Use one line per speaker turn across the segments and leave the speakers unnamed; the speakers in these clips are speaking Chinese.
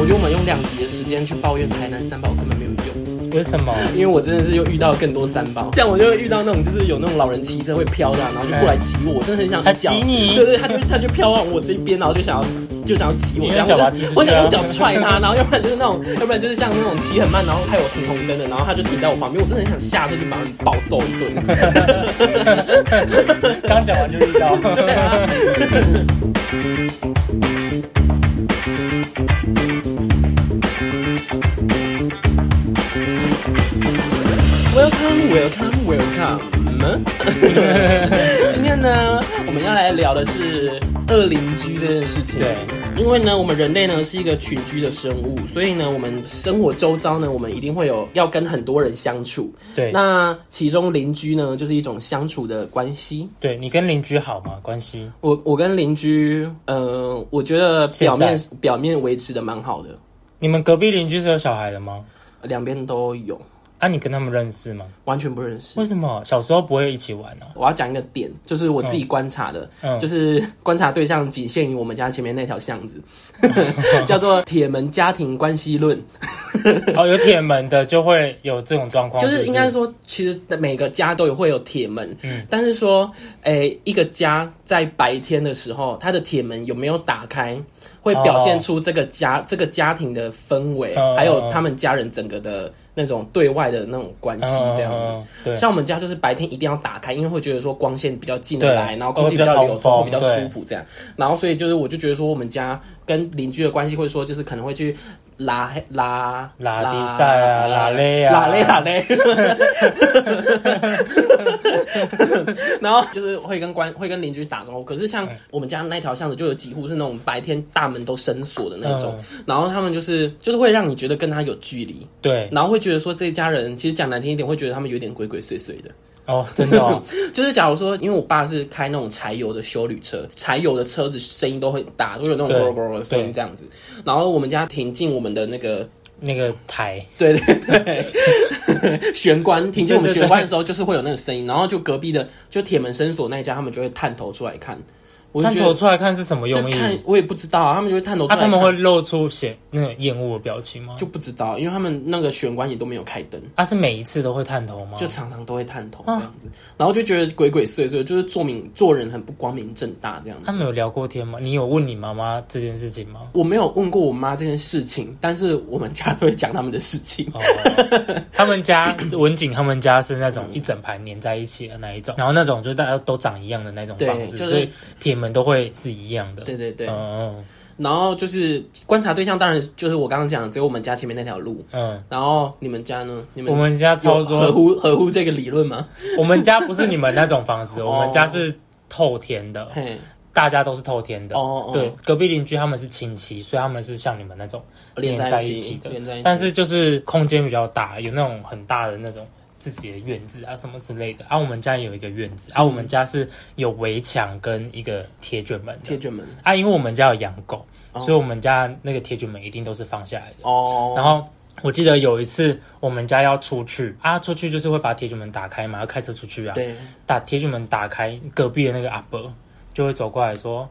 我觉得我们用两集的时间去抱怨台南三宝根本没有用，
为什么？
因为我真的是又遇到更多三宝，这样我就会遇到那种就是有那种老人骑车会飘的啊、然后就过来挤我，我真的很想
他
一脚
挤你
对对，他就他就飘往我这边，然后就想要就想要挤我，
你用
这样
脚把
我
他
就
踢出去啊
我想用脚踹他，然后要不然就是那种，要不然就是像那种骑很慢，然后害我停红灯的，然后他就停在我旁边，我真的很想下车就把他暴揍一顿。
刚讲完就遇 到。
对啊，Welcome, welcome, welcome 嗯。 今天呢，我们要来聊的是恶邻居这件事情。
对，
因为呢，我们人类呢是一个群居的生物，所以呢，我们生活周遭呢，我们一定会有要跟很多人相处。
对，那
那其中邻居呢，就是一种相处的关系。
对你跟邻居好吗？关系？
我我跟邻居，呃，我觉得表面
现
表面维持的蛮好的，
你们隔壁邻居是有小孩的吗？
两边都有，
啊，你跟他们认识吗？
完全不认识。
为什么小时候不会一起玩呢、啊
我要讲一个点，就是我自己观察的，
嗯
就是观察对象仅限于我们家前面那条巷子， 叫做“铁门家庭关系论
哦，有铁门的就会有这种状”，况，
就是
是嗯
应该
是
说，其实每个家都有会有铁门，但是说，诶、一个家在白天的时候，它的铁门有没有打开，会表现出这个
哦
家、这个家庭的氛围，
嗯
还有他们家人整个的那种对外的那种关系这样子。
嗯嗯嗯对，
像我们家就是白天一定要打开，因为会觉得说光线比较进得来，
对哦
然后空气比
会比较
较流通，
通
会比较
风
舒服这样。然后所以就是我就觉得说我们家跟邻居的关系会说就是可能会去拉黑拉
拉低赛啊拉勒啊
拉勒拉 勒，然后就是会跟关会跟邻居打招呼。可是像我们家那条巷子就有几户是那种白天大门都深锁的那种，
嗯
然后他们就是就是会让你觉得跟他有距离，
对
然后会觉得说这一家人其实讲难听一点会觉得他们有点鬼鬼祟祟的。
哦，真的、哦，
就是假如说，因为我爸是开那种柴油的修旅车，柴油的车子声音都很大，都有那种
对
咯咯咯的声音这样子。然后我们家停进我们的那个，
那个台
对 对对， 玄关停进我们
对对对
玄关的时候，就是会有那个声音。然后就隔壁的就铁门伸锁那一家，他们就会探头出来看。我就
探
觉
头
得
出来看是什么
就
用意？
看，我也不知道啊，他们就会探头出
啊，
来看。
他们会露出嫌那个厌恶的表情吗？
就不知道，因为他们那个玄关也都没有开灯。
啊，是每一次都会探头吗？
就常常都会探头这样子，然后就觉得鬼鬼祟祟，就是做明做人很不光明正大这样子。
他们有聊过天吗？你有问你妈妈这件事情吗？
我没有问过我妈这件事情，但是我们家都会讲他们的事情。
哦， 他们家文景他们家是那种一整排粘在一起的那一种，然后那种就大家都长一样的那种
嗯对
房子，
就是
所以铁门都会是一样的。
对对对，
嗯
然后就是观察对象，当然就是我刚刚讲的，只有我们家前面那条路。
嗯
然后你们家呢？你
嗯，
们
我们家超
有合
多，
乎合乎这个理论吗？
我们家不是你们那种 房子，
哦
我们家是透天的，
嘿，
大家都是透天的。
哦哦
对，隔壁邻居他们是亲戚，所以他们是像你们那种
连
在
在一
起
起
的
连在一起，
但是就是空间比较大，有那种很大的那种自己的院子啊什么之类的。啊，我们家也有一个院子，啊，我
嗯
们家是有围墙跟一个铁卷门的
贴。卷门
啊，因为我们家有养狗，
哦
所以我们家那个铁卷门一定都是放下来的。
哦，
然后我记得有一次我们家要出去啊，出去就是会把铁卷门打开嘛，要开车出去啊。
对，
打铁卷门打开，隔壁的那个阿伯就会走过来说：“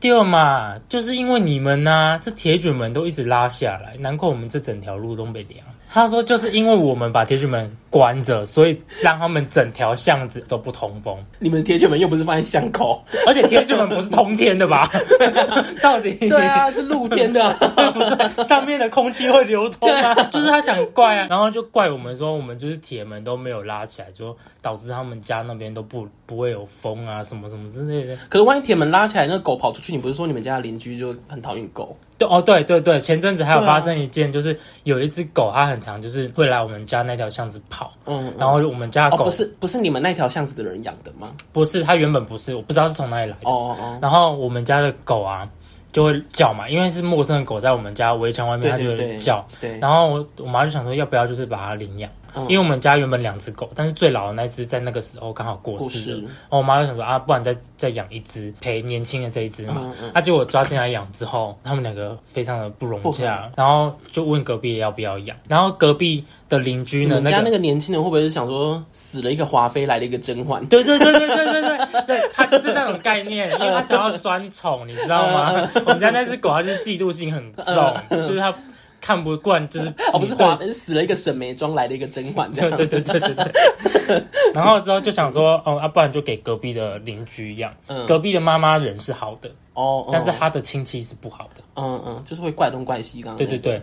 对嘛，就是因为你们呐、这铁卷门都一直拉下来，难怪我们这整条路都被凉。”他说：“就是因为我们把铁卷门关着，所以让他们整条巷子都不通风。
你们贴卷门又不是放在巷口，
而且铁卷门不是通天的吧？ 到底
对啊，是露天 的啊，
上面的空气会流通啊，就是他想怪 啊，然后就怪我们说我们就是铁门都没有拉起来，就导致他们家那边都不不会有风啊，什么什么之类的。
可是万一铁门拉起来，那狗跑出去，你不是说你们家的邻居就很讨厌狗？
对哦，对对对，前阵子还有
对啊
发生一件，就是有一只狗，它很常就是会来我们家那条巷子跑，
嗯，
然后我们家的
哦，
狗、
不是不是你们那条巷子的人养的吗？
不是它原本不是，我不知道是从哪里来的。
哦哦哦，
然后我们家的狗啊就会叫嘛，因为是陌生的狗在我们家围墙外面，它就
对对
会
对
叫。
对，
然后我我妈就想说，要不要就是把它领养？因为我们家原本两只狗，但是最老的那只在那个时候刚好过世了，
过世
然后我妈就想说啊，不然再再养一只陪年轻的这一只嘛，
嗯
啊，结果抓进来养之后，他们两个非常的不融洽，然后就问隔壁要不要养，然后隔壁的邻居
你
呢，
们家
个
那个年轻人会不会是想说死了一个华妃来了一个甄嬛？
对对对对对对对对，他就是那种概念，因为他想要专宠，你知道吗？我们家那只狗，它就是嫉妒心很重，就是它看不惯，就是
哦，不是华
你
妃，是死了一个沈眉庄来了一个甄嬛这
对
样。
对对对对对。然后之后就想说，哦，啊，不然就给隔壁的邻居养。
嗯
隔壁的妈妈人是好的，
哦，
但是
嗯
她的亲戚是不好的。
嗯嗯，就是会怪东怪西，刚刚
对对对。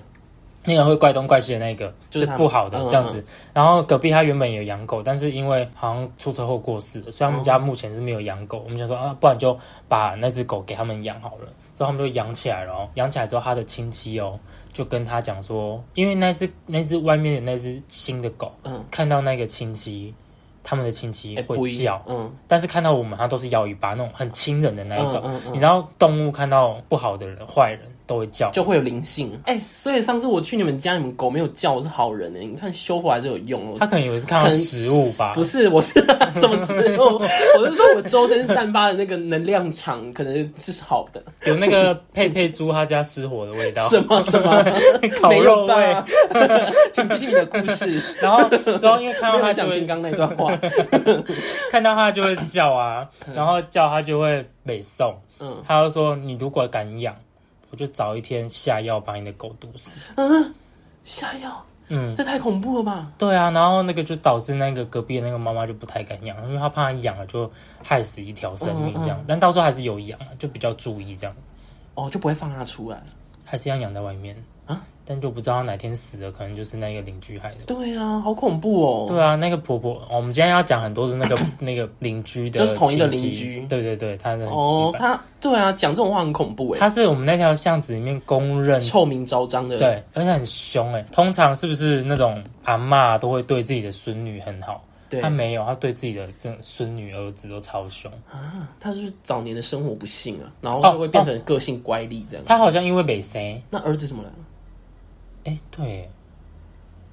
那个会怪东怪西的那个
就是是他们
不好的
嗯
这样子，然后隔壁他原本有养狗，但是因为好像出车祸过世了，所以他们
哦
家目前是没有养狗。我们想说啊，不然就把那只狗给他们养好了，之后他们就养起来了、哦。养起来之后，他的亲戚哦就跟他讲说，因为那只那只外面的那只新的狗，
嗯
看到那个亲戚，他们的亲戚
哎不
会
一
叫，
嗯
但是看到我们，它都是摇尾巴那种很亲人的那一种。
嗯嗯嗯
你知道，动物看到不好的人、坏人都会叫。
就会有灵性。哎、所以上次我去你们家，你们狗没有叫我是好人哎、你看修复还是有用
他
哦。
可能以为是看到
可能
食物吧，
不是， 我是什么时候？我是说我周身散发的那个能量场可能是好的。
有那个佩佩猪他家失火的味道，
什么什么
烤
没
肉
有
味。
吧？ 请继续你的故事。
然后之后因为看
没
到
有
他
人
就
想听
会
刚那段 话。
看到他就会叫啊，然后叫他就会北送。
嗯，
他就说你如果敢养，我就早一天下药把你的狗毒死。
下药，
嗯，
这太恐怖了吧？
对啊，然后那个就导致那个隔壁的那个妈妈就不太敢养，因为她怕她养了就害死一条生
嗯
命这样。但到时候还是有养啊，就比较注意这样，
哦，就不会放它出来。
还是要养在外面
啊。
但就不知道她哪天死了，可能就是那个邻居害的。
对啊，好恐怖哦。
对啊，那个婆婆，哦我们今天要讲很多是 那个那个邻居的，
就是同一个邻居
对对对，她是很
哦
奇，葩，
他对啊，讲这种话很恐怖哎，
她是我们那条巷子里面公认
臭名昭彰的。，
对，而且很凶哎、通常是不是那种阿嬷都会对自己的孙女很好？
对
她没有，她对自己的这种孙女儿子都超凶。
啊，他是不是早年的生活不幸啊，然后
哦
会变成个性乖戾这样。
她好像因为北谁？
那儿子怎么了？
哎、对，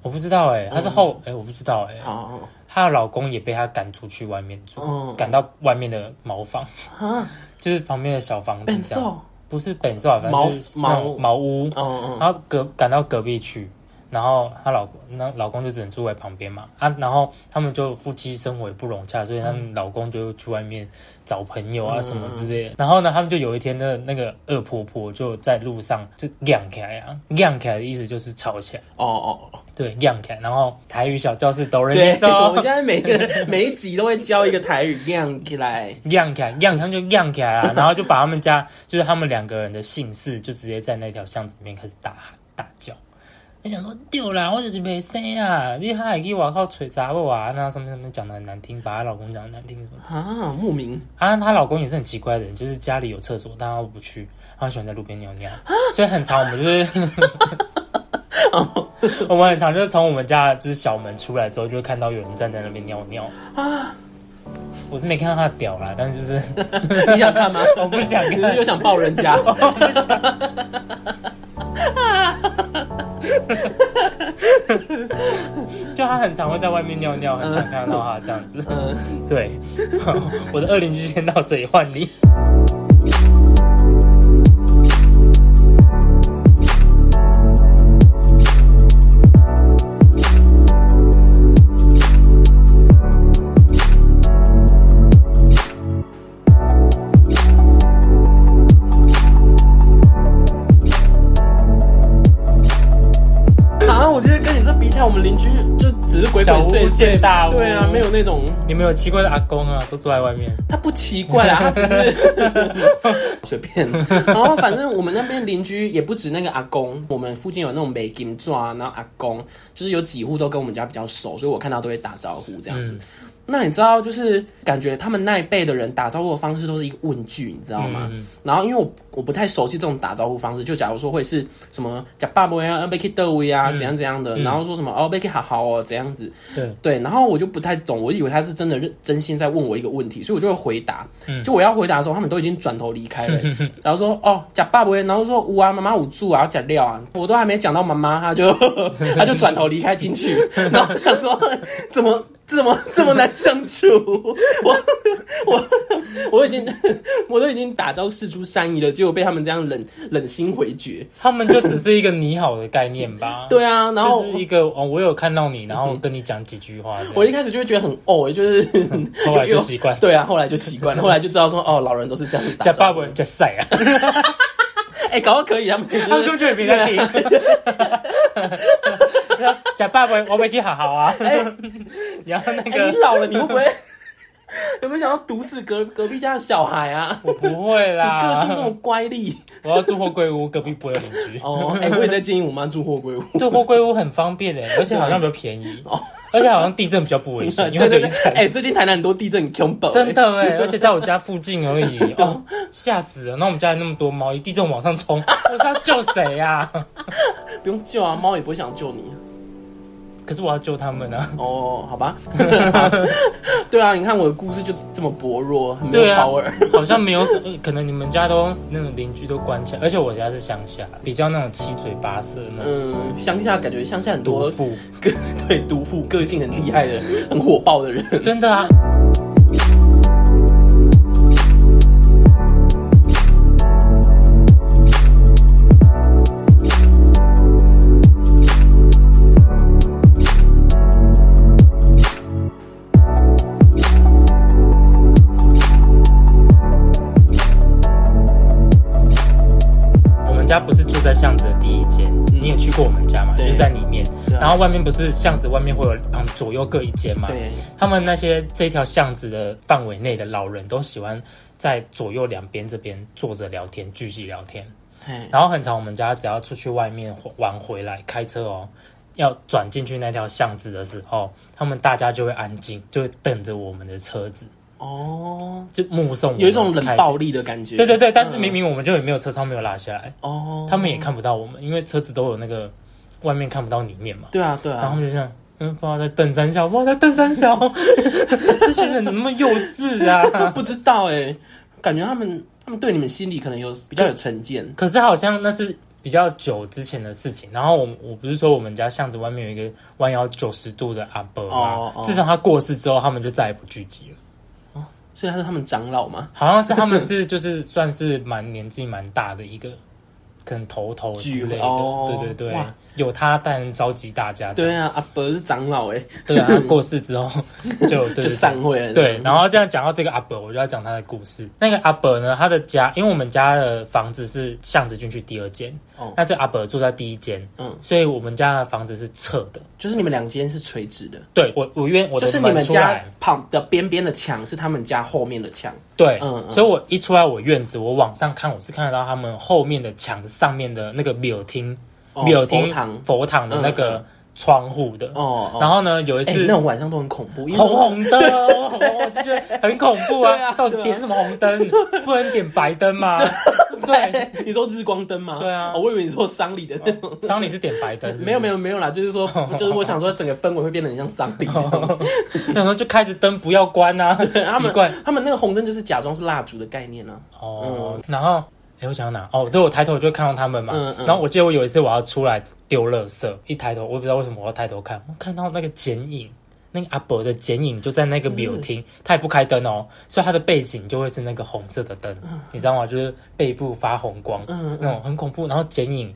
我不知道
嗯
哎、她是后哎、我不知道哎、
好，
她的老公也被她赶出去外面住，
嗯
赶到外面的茅房，
啊，
就是旁边的小房
本
子这样。
少，
不是本寿啊，反正就是那种茅屋，
哦哦，
然后隔赶到隔壁去，然后她老公那老公就只能住在旁边嘛啊，然后他们就夫妻生活也不融洽，所以他们老公就去外面找朋友啊什么之类的。然后呢，他们就有一天的那个恶婆婆就在路上就亮起来啊，亮起来的意思就是吵起来，
哦哦，
对，亮起来。然后台语小教室哆瑞咪
对，哦 我
嗦
们现，在每个人每一集都会教一个台语亮起来。
亮起来，亮，他们就亮起来啊，然后就把他们家就是他们两个人的姓氏就直接在那条巷子里面开始大喊大叫。我想说丢啦，我就是没生啊，你还去外口吹杂我啊，那什么什么讲的很难听，把她老公讲的难听什么
啊，莫名
啊，她老公也是很奇怪的人，就是家里有厕所，但她不去，她喜欢在路边尿尿，所以很常我们就是， 我们很常就是从我们家就是小门出来之后，就会看到有人站在那边尿尿。
啊！
我是没看到他的屌啦，但是就是
你想 看吗？
我不想
你
看
是不是又想抱人 家？
就他很常会在外面尿尿，很常看到他这样子。
嗯，
对，我的二邻居先到这里，换你。
啊，我觉得跟你这比起来，我们邻居就只是鬼
小
鬼祟
巫见
祟，
大巫
对啊，没有那种
你们有奇怪的阿公啊，都坐在外面。
他不奇怪啊 啦，他只是 随便。然后反正我们那边邻居也不止那个阿公，我们附近有那种美金抓，然后阿公就是有几户都跟我们家比较熟，所以我看到都会打招呼这样子。那你知道，就是感觉他们那一辈的人打招呼的方式都是一个问句，你知道吗？
嗯
然后因为我我不太熟悉这种打招呼方式，就假如说会是什么“假爸爸呀，被 K 豆威啊”
嗯
怎样怎样的，
嗯
然后说什么“哦，被 K 好好哦”怎样子，
对，
对，然后我就不太懂，我以为他是真的认真心在问我一个问题，所以我就会回答。
嗯
就我要回答的时候，他们都已经转头离开了，然后说哦，假爸爸，然后说五啊，妈妈五住啊，假料啊，我都还没讲到妈妈，他就他就转头离开进去，然后我想说怎么怎么这么难相处，我我我已经我都已经打招示出善意了，结果被他们这样冷冷心回绝。。。
他们就只是一个你好的概念吧
对啊，然后嗯
就是一个哦，我有看到你，然后跟你讲几句话这样，
我一开始就会觉得很哦，就是。
嗯后来就习惯
对啊，后来就习惯了，后来就知道说哦，老人都是这样子打
加
招
爸
呼
爸。加塞啊，
哎、搞到可以啊，他
他们就觉得别人在 听。加爸爸，我回去好好啊。 然后那
哎、你
个
老了，你会不会 有没有想要毒死隔隔壁家的小孩啊？
我不会
你个性这么
啦，
乖戾
我要住货柜屋，隔壁不会有邻居。
哦，哎、我也在建议我妈住货柜屋。
对，货柜屋很方便欸诶，而且好像比较便宜，哦而且好像地震比较不危 险，因为它只有一层
哎、最近台南很多地震很恐怖、
真的哎，而且在我家附近而已，哦，吓死了！那我们家有那么多猫，一地震往上冲，我是要救谁呀、啊？
哎不用救啊，猫也不会想救你。
可是我要救他们啊！
哦，好吧。 对啊，你看我的故事就这么薄弱，很没有
对啊
power。，
好像没有什么，可能你们家都那种邻居都关起来，而且我家是乡下，比较那种七嘴八舌那种
嗯，乡下感觉乡下很
毒
多
妇，
个 对毒妇、个性很厉害的、人，很火爆的人。
真的啊。我们家不是住在巷子的第一间，你有去过我们家嘛？就
嗯对
是在里面，
对啊
然后外面不是巷子外面会有嗯左右各一间嘛？
对，
他们那些这条巷子的范围内的老人都喜欢在左右两边这边坐着聊天，聚集聊天。
哎，
然后很常我们家只要出去外面玩回来，开车哦，要转进去那条巷子的时候，他们大家就会安静，就会等着我们的车子，
哦，
就目送我们
有一种冷
开
暴。力的感觉。
对对对，但是
嗯
明明我们就也没有车窗没有拉下来，
哦，
他们也看不到我们，因为车子都有那个外面看不到里面嘛。
对啊对
然后
啊
他，们就这样，嗯，不知道在瞪三小，不知道在瞪三 小，这群人怎么那么幼稚啊？
不知道哎、感觉他们他们对你们心里可能有比较有成见。
可是好像那是比较久之前的事情。然后我我不是说我们家巷子外面有一个弯腰九十度的阿伯吗？
哦哦
自从他过世之后，他们就再也不聚集了。
所以他是他们长老嘛，
好像是他们是就是算是蛮年纪蛮大的一个。可能头头之类
聚
的，
哦
对对对
哇，
有他但能召集大家这
对
样，
啊，阿伯是长老哎、
对啊，他过世之后就对
就
对对
散会了。
对，然后这样讲到这个阿伯，我就要讲他的故事。那个阿伯呢，他的家，因为我们家的房子是巷子进去第二间，
哦
那这阿伯住在第一间，
嗯，
所以我们家的房子是侧的。
就是你们两间是垂直的，
对我，我约我
就
的
是你
门
们
出
家
来，
旁的边边的墙是他们家后面的墙。
对，
嗯嗯
所以我一出来我院子，我往上看，我是看得到他们后面的墙上面的那个柳厅，
哦
柳厅
佛堂
佛堂的那
嗯
个窗户的。
哦，哦
然后呢，有一
哎、
次
那种晚上都很恐怖，因为
红红 灯，我就觉得很恐怖
对啊
啊！到底
对啊
点什么红灯？不能点白灯吗？对，
你说日光灯吗？
对啊哦
哦我以为你说丧礼的那种。
丧礼是点白灯，
没有没
有。
有没有啦，就是说，
哦
就是我想说，整个氛围会变得很像丧礼这样。
那时候就开着灯不要关啊，
他
奇
们
怪
他们那个红灯就是假装是蜡烛的概念啊。
哦。然后哎，我想到哪？哦，对我抬头就看到他们嘛
嗯。嗯
然后我记得我有一次我要出来丢垃圾，一抬头我也不知道为什么我要抬头看，我看到那个剪影。那个阿伯的剪影就在那个柳
嗯
厅，他也不开灯哦，所以他的背景就会是那个红色的灯，你知道吗？就是背部发红光，
嗯
那种很恐怖，然后剪影，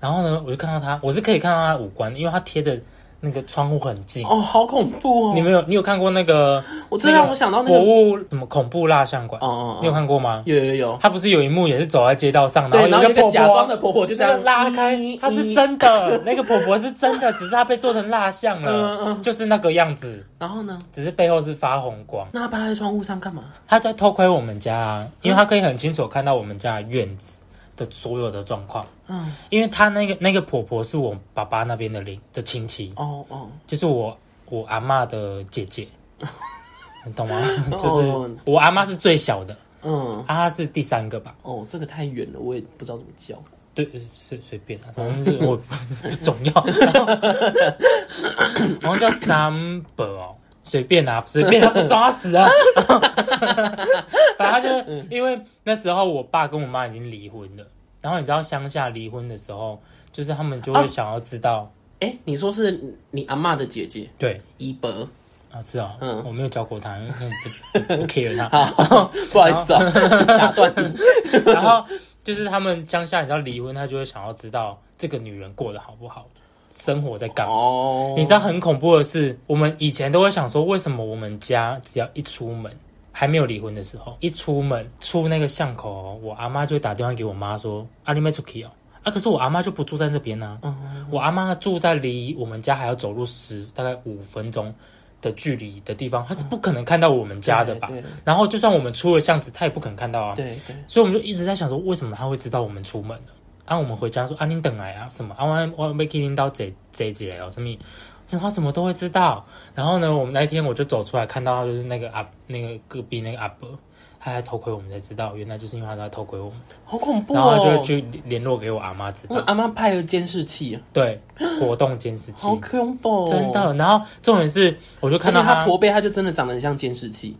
然后呢，我就看到他，我是可以看到他的五官，因为他贴的那个窗户很近。
哦，好恐怖哦！
你们有你有看过那个？
我这让我想到那
国
个，
物什么恐怖蜡像馆
哦？哦
你有
哦，
看过吗？
有有有，
他不是有一幕也是走在街道上，
对，然
然
后
后
有一
有一个
个
婆
假装
婆
的婆婆就
就
这
这样
样
拉开
嗯，
她是真的，那个婆婆是真的，只是她被做成蜡像
嗯
了，就是那个样子，
然后呢？
只是背后是发红光。
那他趴在窗户上干嘛？
她在偷窥我们家啊，因为她可以很清楚地看到我们家的院子的所有的状况。
嗯，
因为她那个那个婆婆是我爸爸那边的邻的亲戚，
哦哦，
就是我我阿嬷的姐姐，你懂吗？
哦
就是我阿妈是最小的，
嗯，
阿、啊、她是第三个吧？
哦，这个太远了，我也不知道怎么叫。
对，随随便啊，反正 是我不重要。然后然后叫三伯哦，随便啊，随便他不抓死啊。反正他
嗯
就是因为那时候我爸跟我妈已经离婚了，然后你知道乡下离婚的时候，就是他们就
啊
会想要知道，
哎、你说是你阿嬷的姐姐
对
伊伯？
啊，知道，
嗯
我没有教过他，因为不不不 care 他。
好，不好意思啊，
哦
打断你。
然后就是他们乡下，你知道离婚，他就会想要知道这个女人过得好不好，生活在干嘛。
哦，
你知道很恐怖的是，我们以前都会想说，为什么我们家只要一出门，还没有离婚的时候，一出门出那个巷口哦、我阿妈就会打电话给我妈说：“啊，你没出去哦。”啊，可是我阿妈就不住在那边呢、
哦
我阿妈住在离我们家还要走路十大概五分钟的距离的地方，她是不可能看到我们家的吧？
对
然后就算我们出了巷子，她也不可能看到啊。
对对，
所以我们就一直在想说，为什么他会知道我们出门呢？啊，我们回家说啊，您等来啊，什么啊，我我被 k 领到这这一集了哦，什么？我想他怎么都会知道。然后呢，我们那一天我就走出来，看到就是那个阿那个隔壁那个阿伯，他在偷窥我们，才知道原来就是因为他在偷窥我们，
好恐怖
然后
哦！
他就会去联络给我阿妈知
我
道，
阿妈派了监视器，
对，活动监视器
好，恐怖、哦，
真。的。然后重点是，我就
而
看
且
到
他
他
驼背，他就真的长得很像监视器。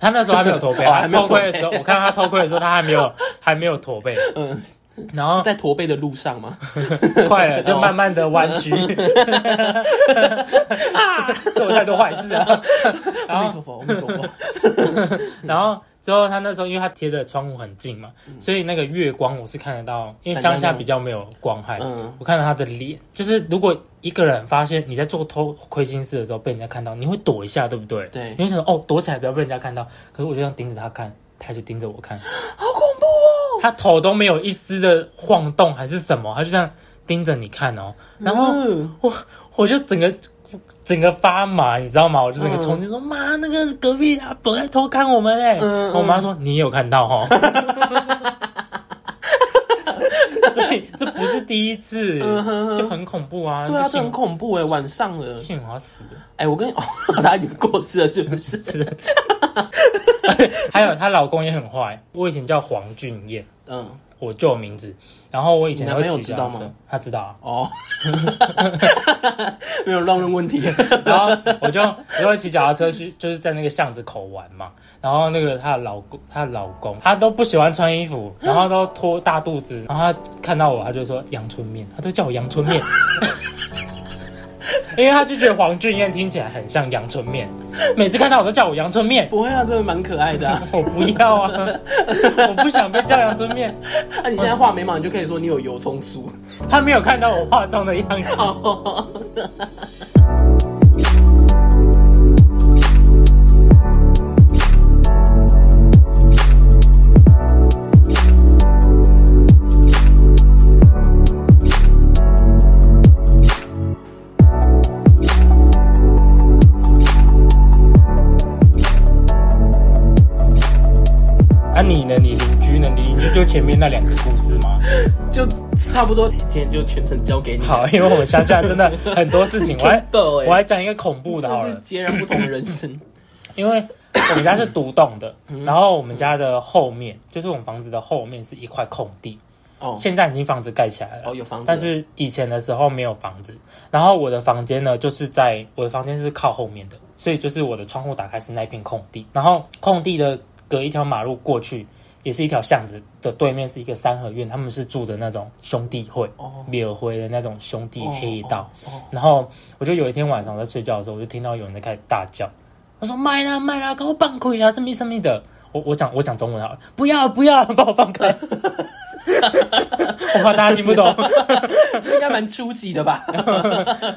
他那时候还没有驼背，
哦
他
还没有
偷
驼
窥的
背
时候，我看到他偷窥的时候，他还没有还没有驼背，
嗯，
然后
是在驼背的路上吗？
快了，就慢慢的弯 曲，啊， 做太多坏事了。然
阿弥
后，
陀佛，阿弥 陀佛。
然后之后他那时候，因为他贴的窗户很近嘛，
嗯
所以那个月光我是看得到，因为乡下比较没有光害，
嗯，
我看到他的脸。就是如果一个人发现你在做偷窥心事的时候被人家看到，你会躲一下，对不对？
对
你会想说哦，躲起来不要被人家看到。可是我就这样盯着他看，他就盯着 我看，
好恐怖哦！
他头都没有一丝的晃动还是什么，他就这样盯着你看哦，然后。
嗯
我就整个整个发麻，你知道吗？我就整个
嗯
冲进说：“妈，那个隔壁阿伯在偷看我们哎、
嗯嗯
我妈说：“你有看到哦。” 所以这不是第一次，
嗯哼哼
就很恐怖啊！
对啊，
就
这
幸
很恐怖哎，晚上了。
幸好死了。
哎，我跟你， 哦，他已经过世了，是不是？
是。还有她老公也很坏，我以前叫黄俊彦，
嗯，
我旧名字。然后我以前
你男
会
朋友
取
知
这
道
样子
吗？
他知道啊。
哦， 没有乱问问题。
然后我就我就会骑脚踏车去，就是在那个巷子口玩嘛。然后那个她的老公，她的老公，他都不喜欢穿衣服，然后都拖大肚子。然后他看到我，他就说阳春面，他都叫我阳春面， 因为他就觉得黄俊彦听起来很像阳春面，每次看到我都叫我阳春面。
不会啊，真的蛮可爱的啊。
我不要啊！我不想被叫阳春面。
那你现在画眉毛，你就可以说你有油葱酥。
他没有看到我化妆的样子。
哦，
啊，你呢？你邻居呢？你邻居就前面那两个故事吗？
就差不多，今天就全程交给你。
好，因为我乡下真的很多事 情，我还
Cable 欸
我还讲一个恐怖的好
这是
了，
截然不同的人生。
因为我们家是独 栋的，
嗯
然后我们家的后面就是我们房子的后面是一块空地，
哦
现在已经房子盖起来了
哦，，有房子，
但是以前的时候没有房子，然后我的房间呢，就是在我的房间是靠后面的，所以就是我的窗户打开是那片空地，然后空地的隔一条马路过去，也是一条巷子的对面是一个三合院，他们是住的那种兄弟会、
哦
庙会的那种兄弟黑道。
哦哦
然后我就有一天晚上在睡觉的时候，我就听到有人在开始大叫，我说卖啦卖啦，给我放开啊，什么什么的。我我讲我讲中文好了，不要不要，把我放开。 我怕大家听不懂。
哦这应该蛮初级的 吧？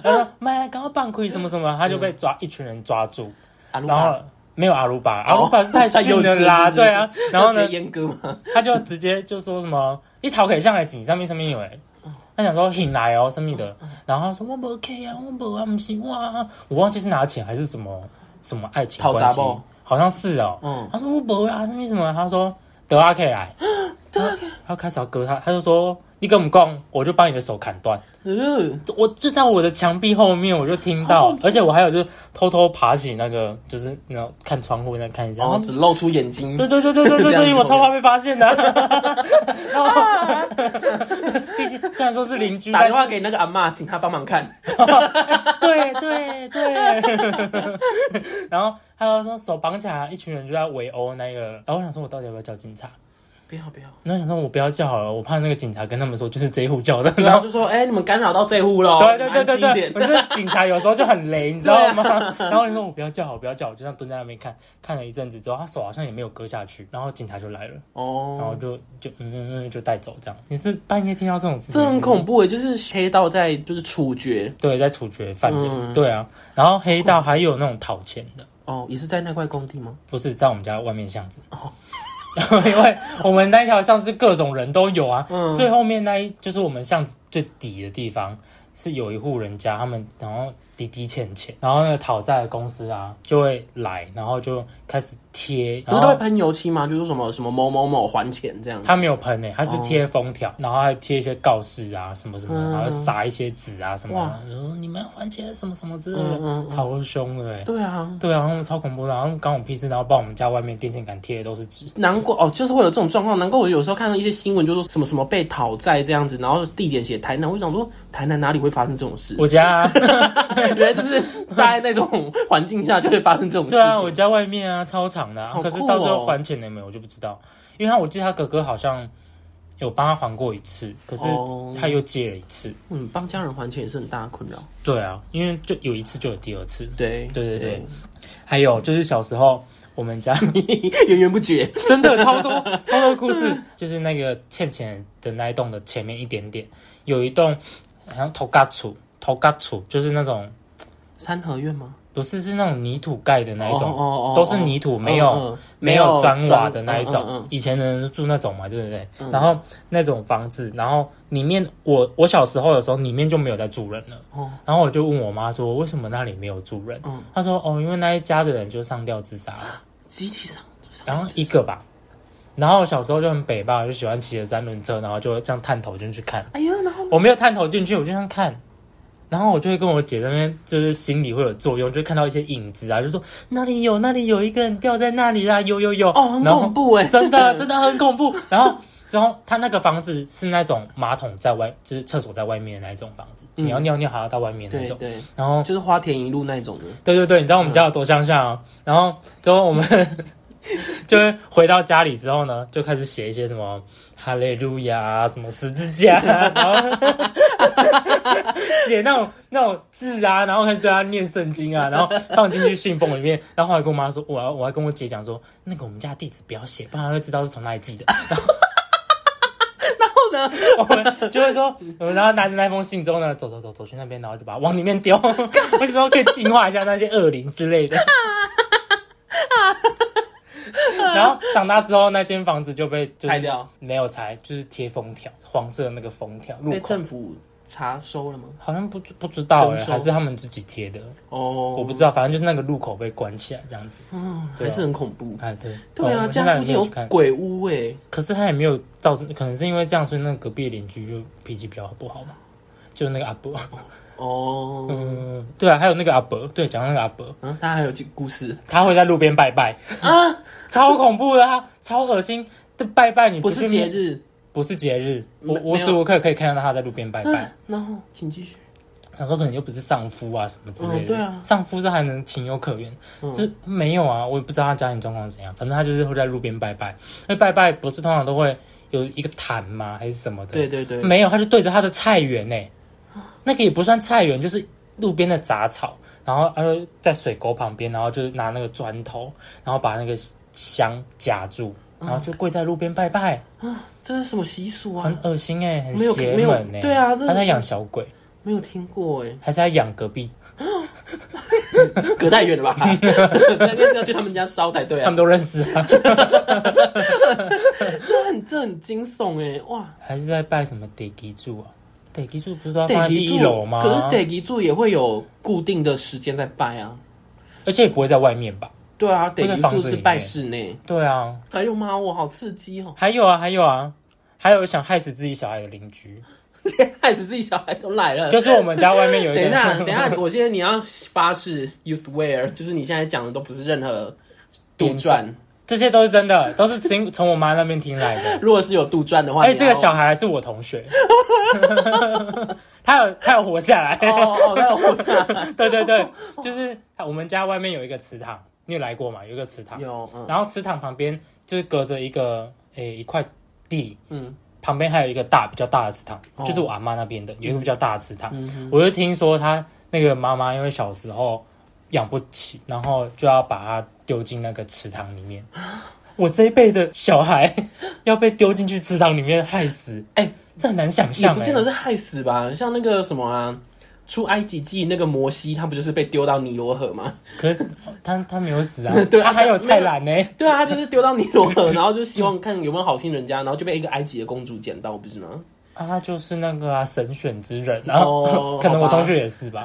他说卖啦，赶快放开什么什么，他就被抓一群人抓住，
阿鲁
然后
巴，哦
没有阿鲁巴，阿鲁巴是太
太
逊
幼
了
稚
啦，
是不是
对啊。然后
要
呢
直，接阉割吗？
他就直接就说什么一逃给上来挤上面上面有哎，
嗯
他想说醒来哦，什么的，然后他说我没 K 啊，我没啊，不是我啊，我忘记是拿钱还是什么什么爱情关
讨
系
杂报，
好像是哦。
嗯，啊
他说我没啊，什么什么，他说德阿 K 来，德阿 K，他开始要割他，他就说你跟我们讲，我就把你的手砍断。
嗯，
我就在我的墙壁后面，我就听
好
到
恐，怖
而且我还有就是偷偷爬起那个，就是然后看窗户那看一下。
然后只露出眼睛，
对对对对对
这
对
样子
对，我超怕被发现的。然后，毕竟虽然说是邻居，
打电
但
话
是
给那个阿嬷，请她帮忙看。
对对对，然后还有说手绑起来，一群人就在围殴那个，然后我想说，我到底要不要叫警察？
不要不要，
然后想说我不要叫好了，我怕那个警察跟他们说就是这一户叫的，
然
然
后
后。
就说，哎、你们干扰到这户喽，
对对对对
你们安静
对
一，
可
点
是警察有时候就很雷，你知道吗？然后你说我不要叫好，我不要叫好，我就这样蹲在那边看，看了一阵子之后，他手好像也没有割下去，然后警察就来了，然后
哦，
就就嗯嗯嗯就带走这样。你是半夜听到这种事情，
这很恐怖诶，
嗯
就是嗯黑道在就是处决
对，在处决犯人，
嗯
对啊。然后黑道还有那种讨钱的，
哦，也是在那块工地吗？
不是在我们家外面巷子。
哦
因为我们那条巷子各种人都有啊，
嗯
最后面那一就是我们巷子最底的地方，是有一户人家，他们然后滴滴欠钱，然后那个讨债的公司啊就会来，然后就开始贴，
不
然
是都会
后
喷油漆吗？就是什么什么某某某还钱这样。
他没有喷欸诶、他是贴封条，然后还贴一些告示啊什么什么，
哦嗯
然后撒一些纸啊什么的，然后说你们要还钱什么什么之类的，
嗯嗯嗯，
超凶的、欸。
对啊，
对啊，然后超恐怖的，然后关我屁事，然后把我们家外面电线杆贴的都是纸。
难怪哦，就是会有这种状况。难怪我有时候看到一些新闻，就说什么什么被讨债这样子，然后地点写台南，我就想说台南哪里会发生这种事？
我家、 啊，
原来就是在那种环境下就会发生这种事
对啊，我
情。
家外面啊，超长的、啊，
好酷
可
哦
是到最后还钱了没有，我就不知道，因为他我记得他哥哥好像有帮他还过一次，可是
哦
他又借了一次。
嗯，帮家人还钱也是很大的困扰。
对啊，因为就有一次就有第二次。
对
对对还有就是小时候我们家
对， 源源不绝。
真的超 多超多故
嗯
事，就是那个欠钱的那一栋的前面一点点，有一栋好像头嘎厝，头嘎厝就是那种
三合院吗？
不是是那种泥土盖的那一种，
哦哦哦
都是泥土，没有、
嗯嗯
没有砖瓦的那一种，
嗯嗯嗯嗯
以前的人住那种嘛，对不对？然后那种房子，然后里面我我小时候的时候，里面就没有在住人了。
哦
然后我就问我妈说，为什么那里没有住人？
嗯
她说哦，因为那一家的人就上吊自杀了，
集体上上
然后一个吧。然后我小时候就很北吧，就喜欢骑着三轮车，然后就这样探头进去看。
哎呀，然后
我没有探头进去，我就这样看，然后我就会跟我姐那边，就是心里会有作用，就会看到一些影子啊，就说那里有那里有一个人掉在那里啦，有有有，
哦，很
然后
恐怖哎，
真的真的很恐怖。然后之后他那个房子是那种马桶在外，就是厕所在外面的那一种房子，
嗯
你要尿尿还要到外面那
对
种。
对，
然后
就是花田一路那种的。
对对对，你知道我们家有多乡下哦。然后之后我们 就会回到家里之后呢，就开始写一些什么哈利路亚啊，什么十字架啊，然后写 那种那种字啊，然后开始对他念圣经啊，然后放进去信封里面。然后后来跟我妈说，我还我还跟我姐讲说，那个我们家地址不要写，不然她会知道是从哪里寄的。
然后呢，
我们就会说，我们然后拿着那封信之后呢，走走走走去那边，然后就把它往里面丢。我时候可以净化一下那些恶灵之类的。
啊
然后长大之后，那间房子就被、就是
拆掉，
没有拆，就是贴封条，黄色的那个封条，入
被
口
政府查收了吗？
好像不不知道、
征
欸，
收
还是他们自己贴的，
哦，
我不知道，反正就是那个入口被关起来这样子。
嗯，
对啊
还是很恐怖。
哎，对，
对
我
啊，
们现在
家附
也没
近有
去看，
鬼屋哎，
可是他也没有造成，可能是因为这样，所以那个隔壁的邻居就脾气比较不好嘛，就那个阿伯。
哦，
嗯，对啊，还有那个阿伯，对，讲到那个阿伯，
嗯，大家还有这故事，
他会在路边拜拜啊， 超恐怖的啊，超恶心的拜拜，你
不是
去
节，日，
嗯不是节日，我
没
无时无刻可以看到他在路边拜拜。
嗯然后请继续。
想说可能又不是丧夫啊什么之
嗯
类的，
对啊
丧夫这还能情有可原，
嗯
就是没有啊，我也不知道他家庭状况是怎样，反正他就是会在路边拜拜，那拜拜不是通常都会有一个坛吗，还是什么的？
对对对，
没有，他就对着他的菜园呢、欸那个也不算菜园，就是路边的杂草，然后他就在水沟旁边，然后就是拿那个砖头，然后把那个香夹住，然后就跪在路边拜拜，
这是什么习俗
很
啊？
恶心哎、很
没有
邪
没有
门哎、
对啊这
他在养小鬼，
没有听过哎，
还是在养隔壁，
隔太 远了吧？那应该是要去他们家烧才对
他
啊
们。都认识啊，
这很这很惊悚哎，哇！
还是在拜什么地基柱啊？地基柱不是都要放
得
在
吉
第
柱
一楼吗？
可是得吉柱也会有固定的时间在拜啊。
而且也不会在外面吧？
对啊，得
在
吉
房
柱
子
是
里
拜
面
室内。
对啊，
哎呦妈，我好刺激哦！
还有啊，还有啊，还有想害死自己小孩的邻居，
连害死自己小孩都来了。
就是我们家外面有一个。
等一下，等一下，我现在你要发誓，you swear，就是你现在讲的都不是任何杜撰。
这些都是真的，都是从 从我妈那边听来的。
如果是有杜撰的话，
哎、
你
这
要
个小孩还是我同学， 他有他有活下来。
哦哦，那 我不想
对对对，就是我们家外面有一个祠堂，你有来过吗？有一个祠堂，
有嗯
然后祠堂旁边就是隔着一个诶、一块地，
嗯
旁边还有一个大比较大的祠堂，
哦
就是我阿妈那边的有一个比较大的祠堂。
嗯哼
我就听说他那个妈妈因为小时候养不起，然后就要把他丢进那个池塘里面。 我这一辈的小孩要被丢进去池塘里面害死，哎、这很难想
也
象、
不见得
哎
是害死吧，像那个什么啊，出埃及记那个摩西，他不就是被丢到尼罗河吗？ ，
可是他他没有死啊
对
他
啊
还有
那个
菜篮呢、
对啊，他就是丢到尼罗 河，然后就希望看有没有好心人家，然后就被一个埃及的公主捡到，不是吗？
啊，他就是那个啊神选之人，然后、
哦
可能我
好吧
同学 也是吧。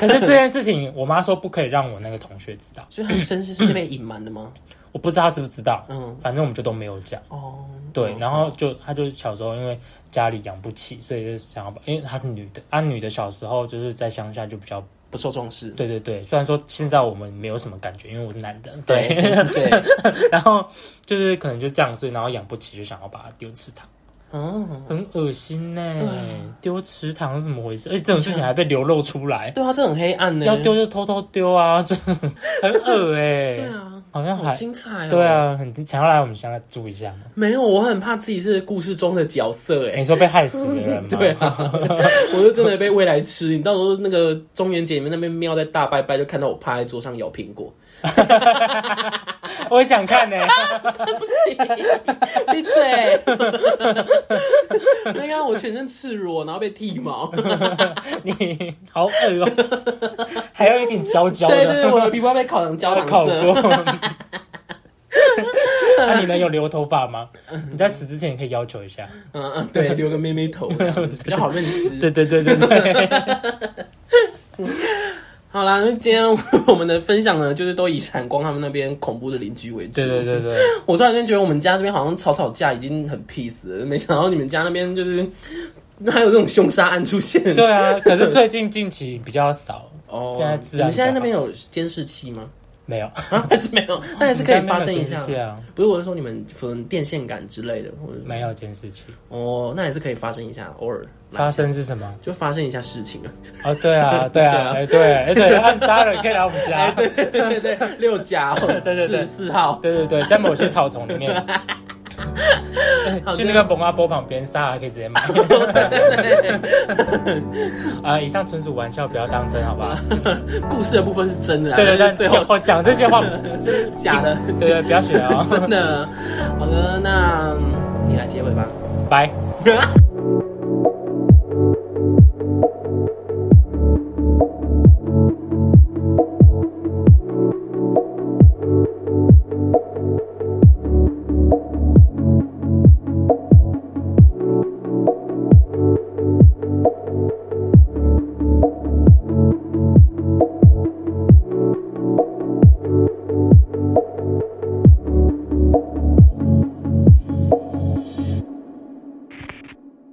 可是这件事情，我妈说不可以让我那个同学知道，
所以他的身世是被隐瞒的 吗？
我不知道她知不知道，
嗯，
反正我们就都没有讲。
哦，
对，然后就她就小时候因为家里养不起，所以就想要把，因为她是女的，啊，女的小时候就是在乡下就比较，
不受重视。
对对对，虽然说现在我们没有什么感觉，因为我是男的，对，
对，
然后就是可能就这样，所以然后养不起就想要把她丢池塘，
嗯，
很恶心呢、
对啊
丢池塘是怎么回事？而且这种事情还被流露出来，
对啊，这很黑暗呢。
要丢就偷偷丢啊， 这很恶哎、
对啊，
好像
好
还
精彩哦。
对，啊，很想要来我们乡下住一下吗？
没有，我很怕自己是故事中的角色哎
你。说被害死的人吗？
对啊，我就真的被喂来吃。你到时候那个中元节里面那边喵在大拜拜，就看到我趴在桌上咬苹果，
我也想看呢、欸
不行，闭嘴！那个我全身赤裸，然后被剃毛，
你好恶哦、还有一点焦焦的，
对对对，我的皮肤被烤成焦
我
糖
烤
色。
过。 那、你能有留头发吗？你在死之前可以要求一下。
嗯嗯，对，留个妹妹头这样子比较好认 识。
对对对对 对，
好啦，那今天我们的分享呢，就是都以闪光他们那边恐怖的邻居为主。
对对对对。
我突然间觉得我们家这边好像吵吵架已经很 peace 了，没想到你们家那边就是嗯还有这种凶杀案出现。
对啊，可是最近近期比较少，
哦，
现在治安
你们现在
比较好
那边有监视器吗？
没有，
啊，还是没有？但还是可以发生一下
我们家没有监视。器啊，
不是，我是说你们可能电线杆之类的，或者
没有监视器。
哦，那也是可以发生一下，偶尔
发生是什么？
就发生一下事情啊。
哦，对啊，对啊，哎对，哎对，暗杀人可以来我们家。
哎对对 对，六甲或者
对对对
四号，
对对对，在某些草丛 里面，哎
好
去那个蒙阿波旁边撒，还可以直接买。啊，以上纯属玩笑，不要当真，好不好？
故事的部分是真的啊，
对对，
但
但
是最后
后讲这些 话真是
假 的，
对对，不要学哦。
真的。好的，那你来结尾吧。
拜。